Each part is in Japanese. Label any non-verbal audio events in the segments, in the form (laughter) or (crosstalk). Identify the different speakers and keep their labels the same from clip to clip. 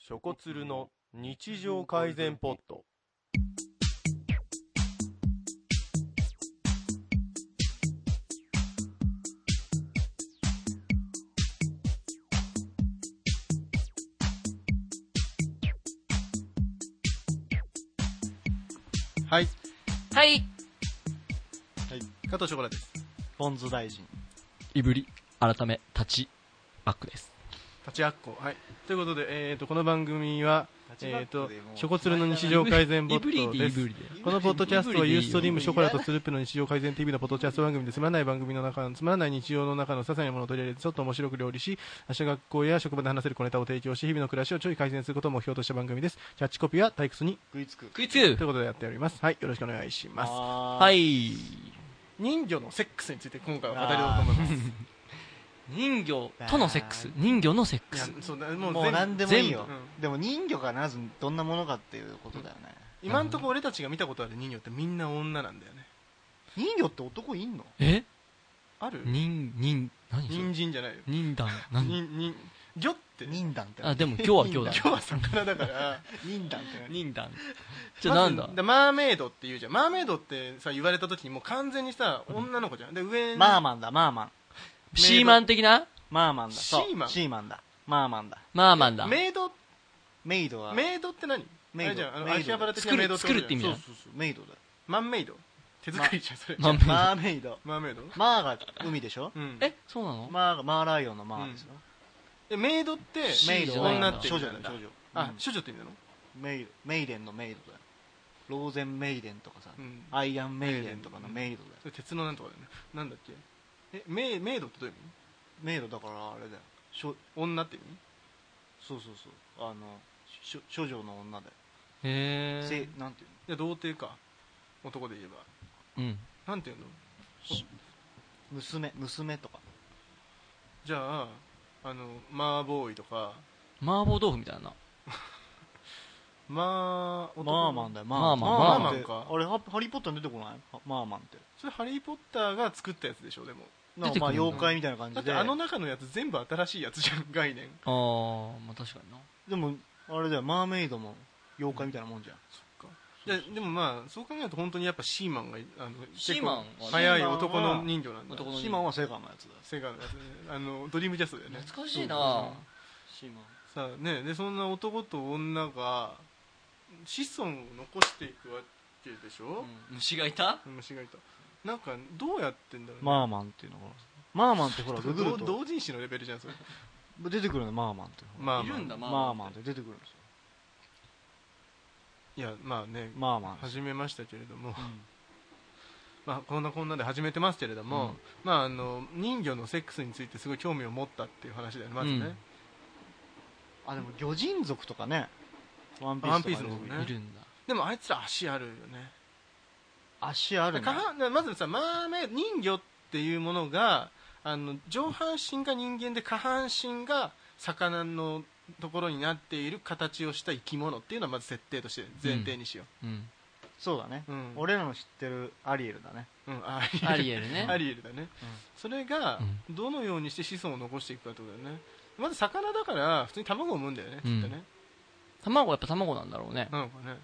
Speaker 1: ショコツルの日常改善ポット。はい、
Speaker 2: はい。
Speaker 1: はい、加藤ショコラです。
Speaker 3: ポン酢大臣。
Speaker 4: いぶり、改め、立ち、アックです。
Speaker 1: 立ちあっこ。はい。ということで、えっ、と、この番組は、えっ、と、ショコ
Speaker 3: こ
Speaker 1: ツルの日常改善ポ
Speaker 4: い
Speaker 1: ッ
Speaker 4: ぶり
Speaker 1: ト
Speaker 4: でい
Speaker 1: です
Speaker 4: ぶ。りで。
Speaker 1: このポッドキャストはユーストリームショコラと
Speaker 4: い
Speaker 1: スループの日常改善 TV のポッドキャスト番組でつまらない番組の中のつまらない日常の中の些細なものを取り上げてちょっと面白く料理し明日学校や職場で話せる小ネタを提供し日々の暮らしをちょい改善することを目標とした番組ですキャッチコピーは退屈に
Speaker 3: 食いつく。
Speaker 4: ぶりで。食いつ
Speaker 1: ということでやっておりますはいよろしくお願いします
Speaker 4: は
Speaker 3: はい。
Speaker 4: い。
Speaker 1: 人魚のセックスについて今回は語りようと思います
Speaker 4: 人魚とのセックス。人魚のセック
Speaker 1: いや
Speaker 4: ス。
Speaker 1: そうだもう
Speaker 3: もう
Speaker 1: 全
Speaker 3: 何
Speaker 1: 部
Speaker 3: でもいいよ
Speaker 1: 全部う。
Speaker 3: でも人魚がなぜどんなものかっていうことだよね。
Speaker 1: 今んとこ俺たちが見たことある人魚ってみんな女なんだよね
Speaker 3: 人魚って男いんの
Speaker 4: え
Speaker 1: ある
Speaker 4: 人、人、何それ
Speaker 1: 人参じゃないよ
Speaker 4: 人団、何
Speaker 1: 人人魚って魚
Speaker 3: 人団って
Speaker 4: あ、でも今日は
Speaker 1: (laughs)
Speaker 4: 今日だ。
Speaker 1: は魚だから
Speaker 3: (laughs) 人団って何
Speaker 4: 人団。じゃあなん
Speaker 1: ま
Speaker 4: だ
Speaker 1: ずマーメイドって言うじゃんマーメイドってさ言われた時にもう完全にさ女の子じゃんで上に
Speaker 3: マーマンだ、マーマン。
Speaker 4: シーマン的な
Speaker 3: マーマンだ。そう
Speaker 1: シーマン
Speaker 3: シーマンだ。マーマンだ。
Speaker 4: マーマンだ。
Speaker 1: メイド
Speaker 3: メイドは、
Speaker 1: メイドって何
Speaker 3: メ
Speaker 1: あれ
Speaker 3: イド
Speaker 1: じゃんあの
Speaker 3: メイド
Speaker 1: 秋葉原的なメイド
Speaker 4: 作る作るって意味
Speaker 1: だ
Speaker 4: だ
Speaker 1: そうそうそう
Speaker 3: メイドだ。
Speaker 1: マンメイド手作りじゃんそれ
Speaker 4: マンメイド
Speaker 3: マーメイド。
Speaker 1: マーメイド
Speaker 3: マーが海でしょ
Speaker 1: うん
Speaker 4: え、そうなの
Speaker 3: マーが、マーライオンのマーですよ。
Speaker 1: えメイドって
Speaker 3: メイドは
Speaker 1: 女って意
Speaker 3: 少
Speaker 1: 味
Speaker 3: 女
Speaker 1: な
Speaker 3: だ
Speaker 1: ん
Speaker 3: よ、
Speaker 1: だ
Speaker 3: 少女。
Speaker 1: あ
Speaker 3: うん
Speaker 1: 処女って意味なの
Speaker 3: メイメイデンのメイドだよローゼンメイデンとかさ、
Speaker 1: うん
Speaker 3: アイアンメイデンとかのメイドだよ、
Speaker 1: それ鉄のなんとかだよねなんだっけえメイメイドってどういう
Speaker 3: メイドだからあれだよしょ
Speaker 1: 意味女って意味
Speaker 3: そうそうそうあのしょ処女の女だよ、
Speaker 4: へ
Speaker 3: せ
Speaker 4: え。
Speaker 3: なんていうの
Speaker 1: いや童貞か男で言えば
Speaker 4: うん。
Speaker 1: なんていうの
Speaker 3: 娘娘とか
Speaker 1: じゃああのマーボーイとか
Speaker 4: 麻婆豆腐みたいな。
Speaker 1: マー
Speaker 3: マーマンだよ
Speaker 4: マーマン
Speaker 3: マーマ
Speaker 1: マーマ
Speaker 3: ン
Speaker 1: ン
Speaker 3: って
Speaker 1: か
Speaker 3: あれハハリー・ポッターに出てこないはマーマンって
Speaker 1: それハリー・ポッターが作ったやつでしょでも
Speaker 3: なん
Speaker 4: 出て
Speaker 3: か
Speaker 4: く
Speaker 3: まあ
Speaker 4: るんだ
Speaker 3: 妖怪みたいな感
Speaker 1: だっ
Speaker 3: じ
Speaker 1: て
Speaker 3: で
Speaker 1: あの中のやつ全部新しいやつじゃん (laughs) 概念
Speaker 4: あー、まあ確かにな。
Speaker 3: でもあれだよマーメイドも妖怪みたいなもんじゃん、
Speaker 1: そっかいやでもまあそう考えると本当にやっぱシーマンがあの
Speaker 4: シーマンはね
Speaker 1: 結構早い男の人魚なんだ
Speaker 4: 男の
Speaker 3: シーマンはセガのやつだよ
Speaker 1: セガのやつねあのドリームジャストだよね
Speaker 4: 懐かしいな
Speaker 3: シーマン
Speaker 1: さあねでそんな男と女が子孫を残していくわけでしょ、
Speaker 4: 虫がいた
Speaker 1: 虫がいたなんかどうやってんだろうね
Speaker 3: マーマンっていうのがマーマンってほらググる
Speaker 1: 同
Speaker 3: と
Speaker 1: 同人誌のレベルじゃんそれ
Speaker 3: 出てくるのマーマンって
Speaker 1: まあ
Speaker 4: い
Speaker 1: ま
Speaker 4: る
Speaker 1: あ
Speaker 4: んだ、まあ。
Speaker 3: マーマンって出てくるんですよ
Speaker 1: いやまあね
Speaker 3: マーマン
Speaker 1: 始めましたけれども、 (laughs) まあ、こんなこんなで始めてますけれども、まあ、あの人魚のセックスについてすごい興味を持ったっていう話だよねまずね、
Speaker 4: うん
Speaker 3: あでも魚人族とかねワンピ
Speaker 1: ワンピ
Speaker 3: ー
Speaker 1: ー
Speaker 3: ス
Speaker 1: ス
Speaker 3: と
Speaker 1: の
Speaker 3: か
Speaker 1: 方
Speaker 3: ね
Speaker 1: ね
Speaker 4: いるんだ。
Speaker 1: でもあいつら足あるよね
Speaker 3: 足あるね
Speaker 1: 下半まずさマーメイド人魚っていうものがあの上半身が人間で下半身が魚のところになっている形をした生き物っていうのはまず設定として前提にしよ
Speaker 4: うん。
Speaker 3: そうだね
Speaker 1: う、うん
Speaker 3: 俺らの知ってるアリエルだね
Speaker 1: うんありえる
Speaker 4: アリエルね。
Speaker 1: (laughs) アリエルだね、それが
Speaker 4: う
Speaker 1: どのようにして子孫を残していくかってことだよねまず魚だから普通に卵を産むんだよねきっとね、
Speaker 4: 卵やっぱ卵なんだろうね。
Speaker 1: なのかね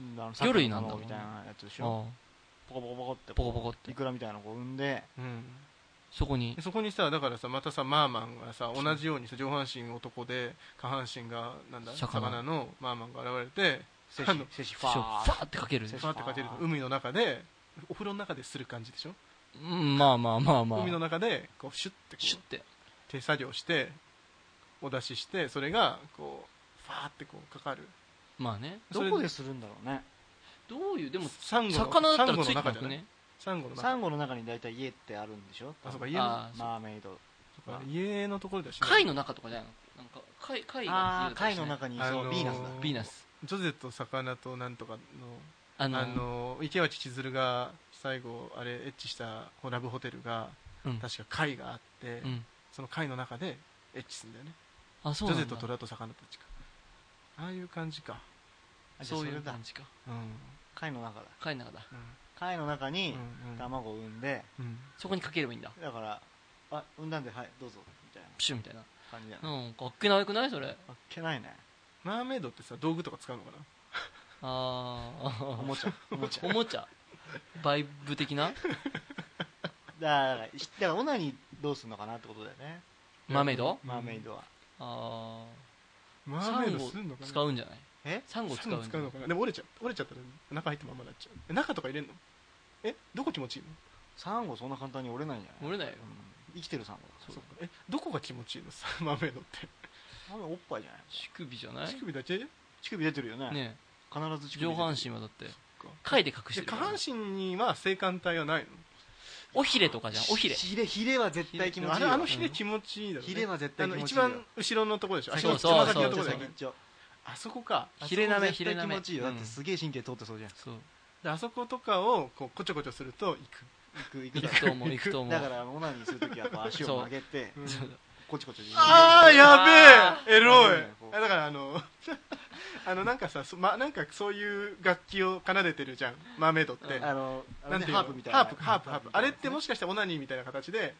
Speaker 3: うんあの
Speaker 4: 魚類なんだ
Speaker 3: 魚
Speaker 4: ろう
Speaker 3: み
Speaker 4: ね
Speaker 3: たいなやつでし
Speaker 4: あ
Speaker 3: ょ
Speaker 4: あ
Speaker 3: ポコポコポコって
Speaker 4: ポコポコって
Speaker 3: いくらみたいなのを産んで
Speaker 1: うん
Speaker 4: そこに
Speaker 1: で。そこにさだからさまたさマーマンがさ同じようにさ上半身男で下半身がなんだ魚
Speaker 4: 魚
Speaker 1: のマーマンが現れて
Speaker 3: セシ
Speaker 1: あの
Speaker 3: セシフ
Speaker 4: ファー
Speaker 3: ァー
Speaker 4: ってかける。
Speaker 3: セシ
Speaker 1: バーってかけると海の中でお風呂の中でする感じでしょ、
Speaker 4: うん、まあまあまあまあ。
Speaker 1: 海の中でこうシュッてこ
Speaker 4: シュッ
Speaker 1: う
Speaker 4: て。
Speaker 1: 手作業してお出ししてそれがこうファーってこうかかる
Speaker 4: まあね。
Speaker 1: それ
Speaker 3: どこでするんだろうね
Speaker 4: どういう、でも、
Speaker 1: サンゴの
Speaker 4: 魚だったらつ
Speaker 1: サンゴ
Speaker 4: い
Speaker 1: の
Speaker 4: て
Speaker 1: 中
Speaker 4: な
Speaker 1: じゃ
Speaker 4: く
Speaker 1: ない
Speaker 4: ね。
Speaker 1: サンゴの中
Speaker 3: サンゴの中に大体家ってあるんでしょ
Speaker 1: あそうか
Speaker 3: 多分
Speaker 1: 家の
Speaker 4: ああ、
Speaker 3: マーメイド
Speaker 1: そうか家のところだしね
Speaker 4: 貝の中とかじゃないのなんか、貝、貝
Speaker 3: あ
Speaker 4: が
Speaker 3: あ貝の中にいそう、
Speaker 1: あのー
Speaker 3: ヴィーナスだ
Speaker 4: ビーナス。
Speaker 1: ジョゼと魚となんとかの、
Speaker 4: あの、
Speaker 1: あの池脇千鶴が最後あれエッチしたラブホテルが、
Speaker 4: うん
Speaker 1: 確か貝があって、
Speaker 4: うん。
Speaker 1: その貝の中でエッチするんだよね
Speaker 4: あ、そ
Speaker 1: ジ
Speaker 4: うな
Speaker 1: ョ
Speaker 4: んだ。
Speaker 1: ゼと虎と魚たちかああいう感じか
Speaker 3: あじゃあ
Speaker 4: そうい
Speaker 3: れ
Speaker 4: う
Speaker 3: だ
Speaker 4: 感じか。
Speaker 1: うん
Speaker 3: 貝の中だ
Speaker 4: 貝の中だ。
Speaker 3: 貝の中に
Speaker 1: うんうん
Speaker 3: 卵を産んで
Speaker 1: うん
Speaker 4: そこにかければいいんだ。
Speaker 3: だからあ産んだんではいどうぞみたいな
Speaker 4: プシュみたいな。
Speaker 3: 感じだよね
Speaker 4: なんか、あっけなくないそれ。
Speaker 3: あっけないね
Speaker 1: マーメイドってさ道具とか使うのかな
Speaker 2: ああ
Speaker 3: おもちゃ (laughs) おもちゃ
Speaker 2: おもちゃバイブ的な
Speaker 3: だからだからオナニーどうするのかなってことだよね
Speaker 2: マーメイド
Speaker 3: マーメイドは
Speaker 2: あ
Speaker 1: マ
Speaker 2: あ
Speaker 1: ー
Speaker 2: サ
Speaker 1: メイ
Speaker 2: ン
Speaker 1: ド
Speaker 2: ゴ
Speaker 1: すんのかな
Speaker 2: 使うんじゃない
Speaker 3: え
Speaker 2: サンゴ使
Speaker 1: サ
Speaker 2: う
Speaker 1: ン
Speaker 2: ん
Speaker 1: ゴ
Speaker 2: じ
Speaker 1: 使
Speaker 2: ゃ
Speaker 1: う
Speaker 2: な
Speaker 1: の
Speaker 2: い
Speaker 1: かなでも折れちゃう折れちゃったら中入ったまんまになっちゃうえ中とか入れんのえどこ気持ちいいの
Speaker 3: サンゴそんな簡単に折れないんじゃない
Speaker 2: 折れないよ
Speaker 3: うん生きてるサンゴ
Speaker 1: そ
Speaker 3: だ
Speaker 1: うかえどこが気持ちいいのさ (laughs) マーメイドって
Speaker 3: 多分おっぱいじゃない
Speaker 2: 乳首じゃない
Speaker 1: 乳首だけ
Speaker 3: 乳首出てるよね
Speaker 2: ね
Speaker 3: 必ず乳首出てる
Speaker 2: 上半身はだって
Speaker 1: そっ
Speaker 2: 貝で隠して
Speaker 1: え
Speaker 2: る
Speaker 1: 下
Speaker 2: から
Speaker 1: 半身には性感帯はない
Speaker 2: おひれとかじゃんおひれ
Speaker 3: ヒレヒレは絶対気持
Speaker 1: の
Speaker 3: ち
Speaker 1: あ
Speaker 3: いい
Speaker 1: れ
Speaker 3: よ
Speaker 1: あのヒレ気持ちいいだろうね
Speaker 3: ヒレは絶
Speaker 1: あ
Speaker 3: 対気
Speaker 1: の
Speaker 3: 持ち
Speaker 1: 一
Speaker 3: いいよ
Speaker 1: 番後ろのところでしょ
Speaker 2: そう
Speaker 1: 足
Speaker 2: そう
Speaker 1: の
Speaker 2: そう
Speaker 1: つま先のとこ
Speaker 2: そ
Speaker 1: ろだ
Speaker 2: う
Speaker 1: よね
Speaker 3: 先っちょ
Speaker 1: あそこか
Speaker 2: ヒレなめ
Speaker 3: あそこ
Speaker 2: ヒレなめ
Speaker 3: 絶対気持ちいいよ
Speaker 2: う
Speaker 3: だ
Speaker 2: ん
Speaker 3: ってすげえ神経通ってそうじゃん
Speaker 2: そう
Speaker 1: であそことかをこうこちょこちょすると行く
Speaker 3: 行く行
Speaker 2: 行
Speaker 3: く
Speaker 2: くと思う行くと思う
Speaker 3: だからオナニーするときはこう足を曲げて
Speaker 1: うん
Speaker 2: そうだ
Speaker 3: こちこちで
Speaker 1: ああや
Speaker 2: あ
Speaker 1: べえエロい
Speaker 3: やべえ
Speaker 1: あだからあの (laughs) あのなんかさそまなんかそういう楽器を奏でてるじゃんマーメイドって
Speaker 3: あのあ
Speaker 1: な
Speaker 3: の
Speaker 1: ん
Speaker 3: ね
Speaker 1: ていうの
Speaker 3: ハープみたい
Speaker 1: ハ
Speaker 3: な
Speaker 1: ープハープハープあれってもしかしたらオナニーみたいな形で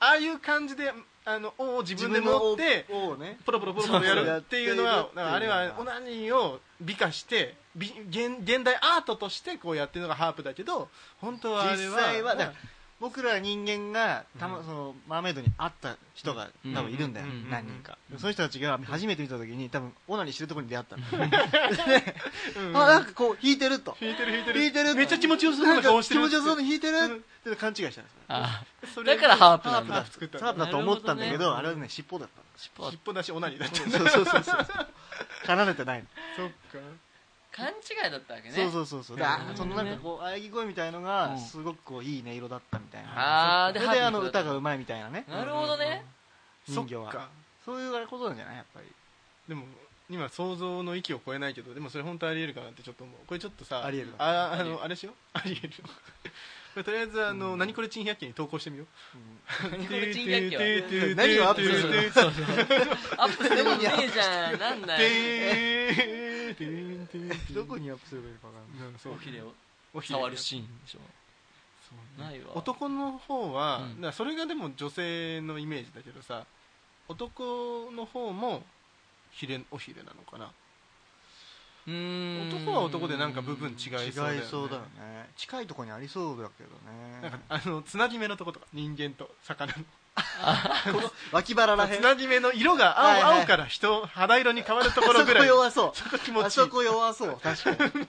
Speaker 1: ああいう感じであの尾を自分で持って
Speaker 3: 自分の尾をね
Speaker 1: ポロポロポロポロやるっていうのは
Speaker 3: そうそう
Speaker 1: だからあれはオナニーを美化して美現現代アートとしてこうやってるのがハープだけど本当はあれは
Speaker 3: 実際はだ
Speaker 1: ま
Speaker 3: から僕ら人間がたま、
Speaker 1: うん
Speaker 3: そのマーメイドに会った人が
Speaker 2: うん
Speaker 3: 多分いるんだよ、
Speaker 1: うんうん
Speaker 3: 何人か、その人たちが初めて見た時に多分オナニーしてるところに出会ったの、
Speaker 1: うん
Speaker 3: あなんかこう弾いてると
Speaker 1: 弾いてる弾いてる
Speaker 3: 弾いてる
Speaker 1: めっちゃ気持ちよさそうな顔してる
Speaker 3: なんか気持ちよさそうに弾いてる
Speaker 1: うん
Speaker 3: って勘違いしたんですよ
Speaker 2: あ
Speaker 1: そ
Speaker 2: あ
Speaker 1: れ
Speaker 2: だからハープ
Speaker 1: ハ
Speaker 2: な
Speaker 1: ー
Speaker 2: ん
Speaker 1: プだ
Speaker 2: だ
Speaker 1: 作った
Speaker 3: サーブだと思ったんだけ
Speaker 2: なる
Speaker 3: どあれはね尻尾だった
Speaker 2: 尻尾は
Speaker 1: 尻尾だしオナニーだった
Speaker 3: のそうそうそうそう奏でてないの
Speaker 1: そっか
Speaker 2: 勘違いだったわけね
Speaker 3: そうそうそうそう、だから
Speaker 2: うん
Speaker 3: そのなんかこう喘ぎ声みたいのが
Speaker 2: うん
Speaker 3: すごくこういい音色だったみたいな、
Speaker 2: ああ
Speaker 3: そ
Speaker 2: で
Speaker 3: れであ
Speaker 2: ハー
Speaker 3: の
Speaker 2: プだ
Speaker 3: 歌がうまいみたいなね、
Speaker 2: なるほどね
Speaker 3: 人形は
Speaker 1: そっか
Speaker 3: そういうことなんじゃないやっぱり
Speaker 1: でも今想像の域を超えないけどでもそれ本当ありえるかなってちょっと思うこれちょっとさ
Speaker 3: ありえる
Speaker 1: ああ
Speaker 2: ありえ
Speaker 1: のあれしよう (laughs) ありえるこれとりあえずあの、何これ珍百景に投稿してみよう
Speaker 2: 何これ珍百景は
Speaker 1: てーて (laughs) ーてーてー
Speaker 3: 何をアップするの
Speaker 1: てーてーてー
Speaker 2: アップするもんねえじゃんなんだよ
Speaker 1: てーてーてーてー
Speaker 3: どこにアップすればいいか分かんない
Speaker 1: うんそう
Speaker 2: おひれを
Speaker 1: おひれ
Speaker 2: 触るシーンでしょ
Speaker 1: そうね
Speaker 2: ないわ
Speaker 1: 男の方は、
Speaker 2: うん
Speaker 1: だからそれがでも女性のイメージだけどさ男の方もひれおひれなのかな
Speaker 2: うーん
Speaker 1: 男は男でなんか部分違いそうだよね
Speaker 3: 違いそうだよね近いところにありそうだけど
Speaker 1: なんか
Speaker 3: ね
Speaker 1: あのつなぎ目のとことか人間と魚の
Speaker 3: 脇腹らへ
Speaker 1: つ
Speaker 3: ん
Speaker 1: なぎ目の色が青,、
Speaker 3: はいはい
Speaker 1: 青から人肌色に変わるところ
Speaker 3: あそ
Speaker 1: ぐ
Speaker 3: こ
Speaker 1: らいそ
Speaker 3: 弱そう
Speaker 1: こ気持
Speaker 3: あ
Speaker 1: ちいい
Speaker 3: そこ弱そう確かに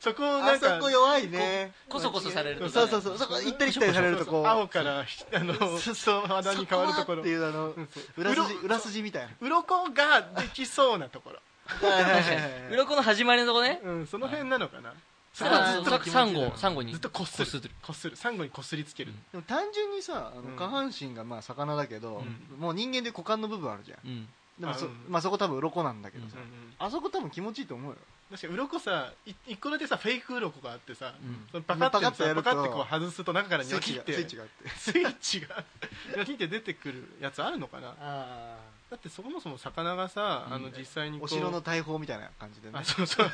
Speaker 1: そこをな
Speaker 3: あ
Speaker 1: んか
Speaker 3: そこ弱いね
Speaker 2: こそこそされるとね
Speaker 3: そうそうそうそこ行ったり来たりされるとこう
Speaker 1: 青からひあの人肌に変わるとこ
Speaker 3: そは
Speaker 1: ろ
Speaker 3: っていうあの
Speaker 1: うんそう
Speaker 3: 裏筋
Speaker 1: うろ
Speaker 3: 裏筋みたいな
Speaker 1: 鱗ができそうなところ、
Speaker 3: はいはい
Speaker 2: 確かに鱗の始まりのとこね
Speaker 1: うん、その辺なのかな
Speaker 2: そ
Speaker 1: そ
Speaker 2: こ
Speaker 1: こはず
Speaker 2: はず
Speaker 1: っ
Speaker 2: っ
Speaker 1: と
Speaker 2: とサンゴサンゴに
Speaker 1: ずっとこっす
Speaker 2: こっす
Speaker 1: るこっするサンゴにこすりつける、
Speaker 3: でも単純にさあの
Speaker 1: うん
Speaker 3: 下半身がまあ魚だけど、
Speaker 1: う
Speaker 3: もう人間で股間の部分あるじゃん
Speaker 2: うん
Speaker 3: でもそ,、
Speaker 1: あうん
Speaker 3: まあ、そこ多分鱗なんだけどさ、
Speaker 1: うんうん
Speaker 3: あそこ多分気持ちいいと思うよ
Speaker 1: 確かに鱗さい一個だけさフェイク鱗があってさ、
Speaker 2: うん
Speaker 1: そのパカッて
Speaker 3: パカッてや
Speaker 1: さ
Speaker 3: ると
Speaker 1: パカッてこう外すと中からニ
Speaker 3: スイ
Speaker 1: ョ
Speaker 3: ッ
Speaker 1: キ
Speaker 3: チ
Speaker 1: っ
Speaker 3: が
Speaker 1: て
Speaker 3: スイッチがあって
Speaker 1: スイッチがニョキって出てくるやつあるのかな
Speaker 3: あ
Speaker 1: だってそもそも魚がさ、
Speaker 2: うん
Speaker 1: あの実際にこう
Speaker 3: お城の大砲みたいな感じでね
Speaker 1: あそう
Speaker 3: (laughs)
Speaker 1: そう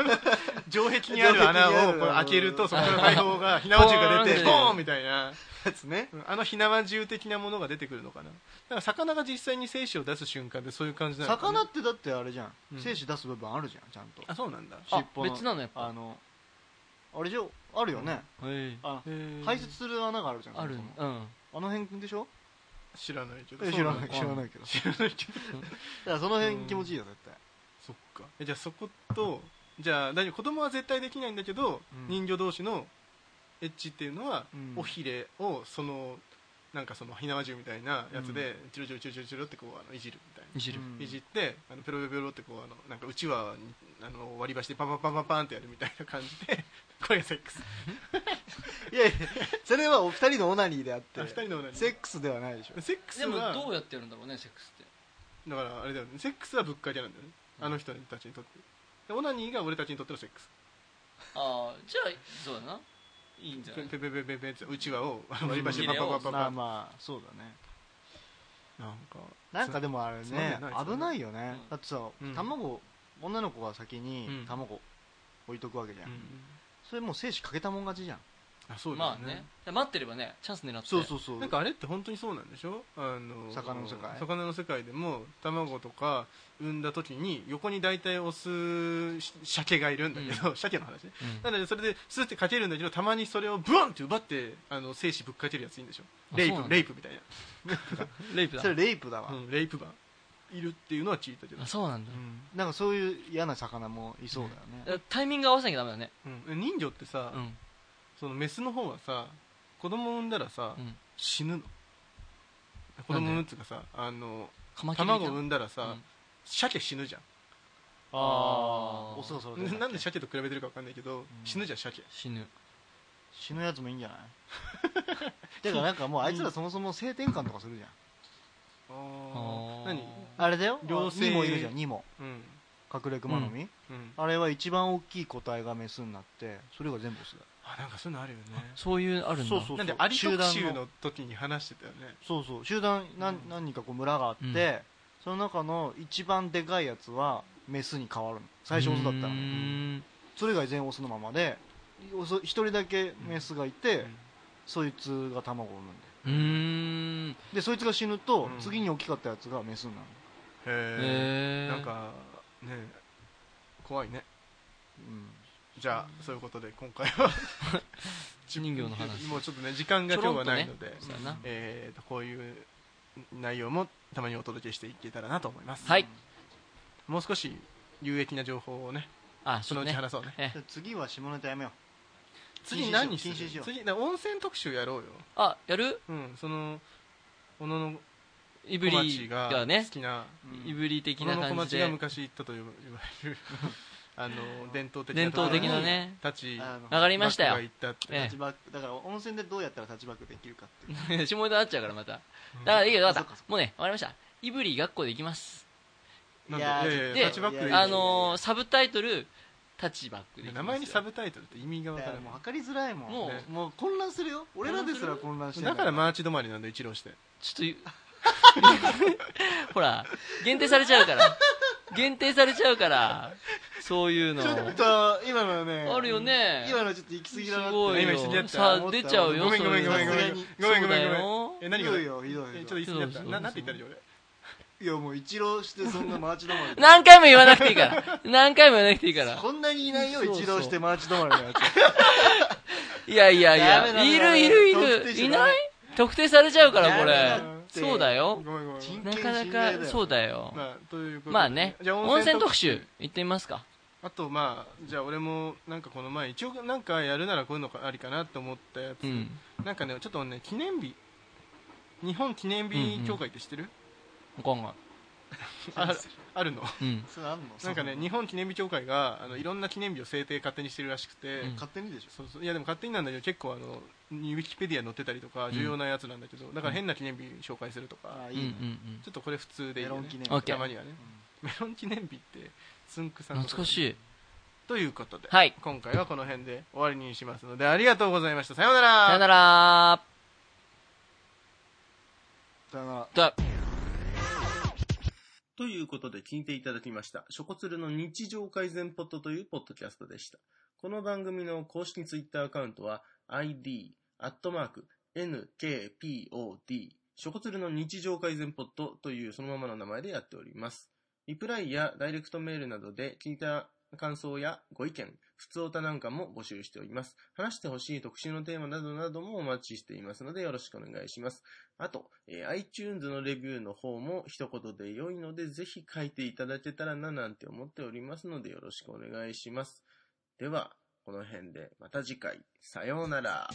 Speaker 1: 城壁にある穴をこう開けるとそこから大砲が火縄銃が出て
Speaker 2: ポ
Speaker 1: ボ
Speaker 2: ーン
Speaker 1: ーンみたいな
Speaker 3: やつね
Speaker 1: うんあの火縄銃的なものが出てくるのかなだから魚が実際に精子を出す瞬間でそういう感じなのかな
Speaker 3: 魚ってだってあれじゃん、
Speaker 1: うん
Speaker 3: 精子出す部分あるじゃんちゃんと
Speaker 1: あそうなんだ
Speaker 2: あ
Speaker 3: 尻尾の
Speaker 2: 別なのやっぱ
Speaker 3: あのあれじゃあるよね、
Speaker 2: はい
Speaker 3: あ
Speaker 1: へー
Speaker 3: 排泄する穴があるじゃん
Speaker 2: ある
Speaker 3: なんんかも
Speaker 2: うん
Speaker 3: あの辺でしょ
Speaker 1: 知らないけど
Speaker 3: え知らない
Speaker 1: そう
Speaker 3: 知
Speaker 1: の
Speaker 3: らないけどだ
Speaker 1: 知らないけど
Speaker 3: からその辺気持ちいいよ絶対
Speaker 1: そっかえじゃあそことじゃあ大丈夫子供は絶対できないんだけど、
Speaker 3: うん
Speaker 1: 人魚同士のエッチっていうのは、
Speaker 3: うん
Speaker 1: おひれをそのなんかその火縄銃みたいなやつで、チロチロチロチロチロってこうあのいじるみたいな、
Speaker 2: いじる
Speaker 3: うん
Speaker 1: いじってあのペロペロペロってこうあのなんかうちわにあの割り箸でパンパンパンパンパンってやるみたいな感じで (laughs) これがセックス
Speaker 3: いやいやそれはお二人のオナニーであって
Speaker 1: あ二人のオナニー
Speaker 3: セックスではないでしょ
Speaker 1: セックス
Speaker 2: でも
Speaker 1: は
Speaker 2: どうやってやるんだろうねセックスって
Speaker 1: だからあれだよねセックスはぶっかけなんだよねあの人たちにとってでオナニーが俺たちにとってのセックス
Speaker 2: ああじゃあそうだないいんじゃな
Speaker 1: ペ
Speaker 2: い
Speaker 1: ンペンペンペンペンペンってうちわをあの割り箸でパンパンパンパン
Speaker 3: ま
Speaker 1: パ
Speaker 3: あ
Speaker 1: ン
Speaker 3: まあそうだね
Speaker 1: なんか
Speaker 3: なんかでもあれ
Speaker 1: そんな
Speaker 3: ね
Speaker 1: んないですよね
Speaker 3: 危ないよね
Speaker 2: うん
Speaker 3: だってさ
Speaker 1: うん
Speaker 3: 卵女の子が先
Speaker 1: う
Speaker 3: に
Speaker 1: ん
Speaker 3: 卵置いとくわけじゃ
Speaker 1: うん
Speaker 3: んそれもう精子かけたもん勝ちじゃん
Speaker 1: あそうだよ
Speaker 2: まあね待ってればねチャンス狙って
Speaker 3: そうそうそう
Speaker 1: なんかあれって本当にそうなんでしょあの
Speaker 3: 魚の世界
Speaker 1: 魚の世界でも卵とか産んだ時に横に大体オスし鮭がいるんだけど、鮭の話ね、なのでそれでスってかけるんだけどたまにそれをブワンって奪ってあの精子ぶっかけるやついいんでしょ
Speaker 2: あ
Speaker 1: レイ
Speaker 2: そうな
Speaker 1: プ
Speaker 2: んだ
Speaker 1: レイプみたい
Speaker 2: レイプだ
Speaker 3: それレイプだわ、
Speaker 1: な、うん、レイプ版いるっていうのは聞いたけど
Speaker 2: あ、そうなんだ
Speaker 1: うん
Speaker 3: なんかそういう嫌な魚もいそうだよね、
Speaker 2: だからタイミング合わせなきゃダメだね
Speaker 1: うん、人魚ってさ、
Speaker 2: うん
Speaker 1: そのメスの方はさ子供産んだらさ、
Speaker 2: うん
Speaker 1: 死ぬの子供産むっていうかさあの
Speaker 2: カマキリいた
Speaker 1: 卵産んだらさ、
Speaker 2: うん
Speaker 1: 鮭死ぬじゃん
Speaker 2: あー
Speaker 3: オスがそれ
Speaker 1: (laughs) ななんで鮭と比べてるかわかんないけど、死ぬじゃん鮭
Speaker 2: 死ぬ
Speaker 3: 死ぬやつもいいんじゃない (laughs) てかなんかもうあいつらそもそも性転換とかするじゃん
Speaker 2: ー
Speaker 1: 何
Speaker 3: あれだよ
Speaker 1: 両性
Speaker 3: ニモいるじゃんニモ
Speaker 1: うん
Speaker 3: 隠れ熊の実、
Speaker 1: うん
Speaker 3: あれは一番大きい個体がメスになってそれが全部オスだよ
Speaker 1: あなんかそういうのあるよね
Speaker 2: そういうあるんだ
Speaker 3: そうそう
Speaker 1: なんでアリ特
Speaker 3: 集
Speaker 1: 集
Speaker 3: 団の
Speaker 1: の時に話してたよね
Speaker 3: そうそう集団何,、
Speaker 1: うん
Speaker 3: ん、何人かこう村があって、
Speaker 2: うん
Speaker 3: その中の一番でかいやつはメスに変わるの最初オスだった
Speaker 2: う
Speaker 3: の
Speaker 2: ーん
Speaker 3: それ以外全員オスのままでオス一人だけメスがいて、
Speaker 1: うん
Speaker 3: そいつが卵を産むんだよ
Speaker 2: うーんへ
Speaker 3: でそいつが死ぬと、
Speaker 1: うん
Speaker 3: 次に大きかったやつがメスになる
Speaker 1: へえ
Speaker 2: え
Speaker 1: なんかね怖いね
Speaker 3: うん
Speaker 1: じゃあそういうことで今回は
Speaker 2: 人魚の話
Speaker 1: もうちょっとね時間が今日はないので、
Speaker 2: そうやな
Speaker 1: えーとこういう内容もたまにお届けしていけたらなと思います、
Speaker 2: はい
Speaker 1: もう少し有益な情報をね
Speaker 2: あ
Speaker 1: そ
Speaker 2: そ
Speaker 1: の
Speaker 2: う
Speaker 1: うち
Speaker 2: ね
Speaker 1: 話そうね
Speaker 2: え
Speaker 3: じゃあ次は下ネタやめよ
Speaker 1: 次何する
Speaker 3: 禁止しよう
Speaker 1: 次な温泉特集やろうよ
Speaker 2: あやる
Speaker 1: うんその小野の
Speaker 2: いぶ
Speaker 1: 小
Speaker 2: り
Speaker 1: 町が
Speaker 2: が
Speaker 1: 好
Speaker 2: ね
Speaker 1: きな
Speaker 3: う、
Speaker 2: いぶり的
Speaker 1: 小野
Speaker 2: な
Speaker 1: の小
Speaker 2: 感じ
Speaker 1: 町が
Speaker 2: で
Speaker 1: 昔行ったと言われ
Speaker 2: (laughs)
Speaker 1: るあの伝統的な
Speaker 2: 伝統的な
Speaker 1: とこ
Speaker 2: ね
Speaker 1: ろに立ち
Speaker 3: あの
Speaker 2: わかりました
Speaker 1: バックが
Speaker 2: よ
Speaker 1: 行ったって
Speaker 2: え
Speaker 3: タッチバックだから温泉でどうやったらタッチバックできるかってい
Speaker 2: (laughs)
Speaker 3: う
Speaker 2: 下ネタになっちゃうからまただからいいけど分かった
Speaker 3: そっかそっか
Speaker 2: もうねわかりましたいぶり学校で行きます
Speaker 1: なん
Speaker 3: いや
Speaker 1: だ
Speaker 3: ー
Speaker 1: いやいや
Speaker 2: で
Speaker 1: タッチバックでいい
Speaker 3: や
Speaker 2: あのーサブタイトルタッチバックで行きます
Speaker 1: 名前にサブタイトルって意味がわ
Speaker 3: だ
Speaker 1: か
Speaker 3: からら
Speaker 1: ない
Speaker 3: もう測りづらいもん
Speaker 2: も
Speaker 3: も
Speaker 2: う
Speaker 3: う混乱するよ俺らですら混乱してん
Speaker 1: だからマ
Speaker 3: あ
Speaker 1: ーチ止まりなんだ一浪して
Speaker 2: ちょっと言う (laughs) ほら限定されちゃうから限定されちゃうからそういうの
Speaker 3: ちょっと今のね
Speaker 2: あるよね
Speaker 3: 今のちょっと行き過ぎだなっ
Speaker 2: す
Speaker 3: て
Speaker 2: ごい
Speaker 1: 今一緒にやっ
Speaker 2: よ
Speaker 1: ちゃう
Speaker 2: さあ出ちゃうよ
Speaker 1: ごめんごめんご
Speaker 2: そう
Speaker 1: め
Speaker 2: い
Speaker 1: ん
Speaker 2: う
Speaker 1: ご
Speaker 2: の
Speaker 1: めんごめんごめんごめん
Speaker 2: そ
Speaker 1: え
Speaker 3: ひ
Speaker 1: 何が
Speaker 3: どいよひどい
Speaker 1: え
Speaker 3: ひ
Speaker 1: ちょっ
Speaker 3: ど
Speaker 1: と
Speaker 3: い
Speaker 1: 一緒にやった
Speaker 2: そうそうそう
Speaker 1: ななんて言ったらいい俺
Speaker 3: いやもう一浪してそんなマーチ止ま
Speaker 1: (laughs)
Speaker 3: り
Speaker 2: 何回も言わなくていいから何回も言わなくていいから
Speaker 3: こんなにいないよ
Speaker 2: そうそう
Speaker 3: 一浪してマーチ止まりのやつ
Speaker 2: いやいやい
Speaker 3: ダメダ
Speaker 2: や
Speaker 3: メ
Speaker 2: い
Speaker 3: ダ
Speaker 2: る
Speaker 3: メ
Speaker 2: いるい
Speaker 3: 特定
Speaker 2: る
Speaker 3: 者
Speaker 2: い
Speaker 3: ダメ
Speaker 2: ない特定されちゃうからこれ
Speaker 3: ダメだって
Speaker 2: そうだよ
Speaker 1: ごめんごめんごめん
Speaker 3: 人
Speaker 2: な
Speaker 3: 権
Speaker 2: かな
Speaker 3: 侵害だ
Speaker 2: か
Speaker 3: よ
Speaker 2: そうだよ
Speaker 1: まあということで
Speaker 2: まあね
Speaker 1: じゃあ
Speaker 2: 温泉特集行ってみますか
Speaker 1: あとまあじゃあ俺もなんかこの前一応なんかやるならこういうのがありかなと思ったやつ、
Speaker 2: うん
Speaker 1: なんかねちょっとね記念日日本記念日協会って知ってる、
Speaker 2: 今後
Speaker 1: ああるの
Speaker 2: うん
Speaker 3: (laughs) それあんの
Speaker 1: なんかね日本記念日協会があのいろんな記念日を制定勝手にしてるらしくて、
Speaker 2: うん
Speaker 3: 勝手にでしょ
Speaker 1: そうそういやでも勝手になんだけど結構あのウィキペディアに載ってたりとか重要なやつなんだけど、だから変な記念日紹介するとか、
Speaker 3: ああ
Speaker 2: う
Speaker 3: い
Speaker 2: んう
Speaker 3: い
Speaker 2: ん
Speaker 3: ね
Speaker 2: うん
Speaker 1: ちょっとこれ普通でいいよ、ね、
Speaker 3: メロン記念
Speaker 2: 日 OK
Speaker 1: たまにはね、メロン記念日ってつんくさん
Speaker 2: 懐かしい
Speaker 1: ということで、
Speaker 2: はい
Speaker 1: 今回はこの辺で終わりにしますのでありがとうございましたさようなら
Speaker 2: さよなら
Speaker 3: さよなら
Speaker 2: だ
Speaker 1: ということで聞いていただきました。ショコツルの日常改善ポットというポッドキャストでした。この番組の公式ツイッターアカウントは id、アットマーク、nkpod、ショコツルの日常改善ポットというそのままの名前でやっております。リプライやダイレクトメールなどで聞いた感想やご意見、普通歌なんかも募集しております。話してほしい特集のテーマなどなどもお待ちしていますのでよろしくお願いします。あと、えー iTunes のレビューの方も一言で良いので、ぜひ書いていただけたらななんて思っておりますので、よろしくお願いします。では、この辺で、また次回、さようなら。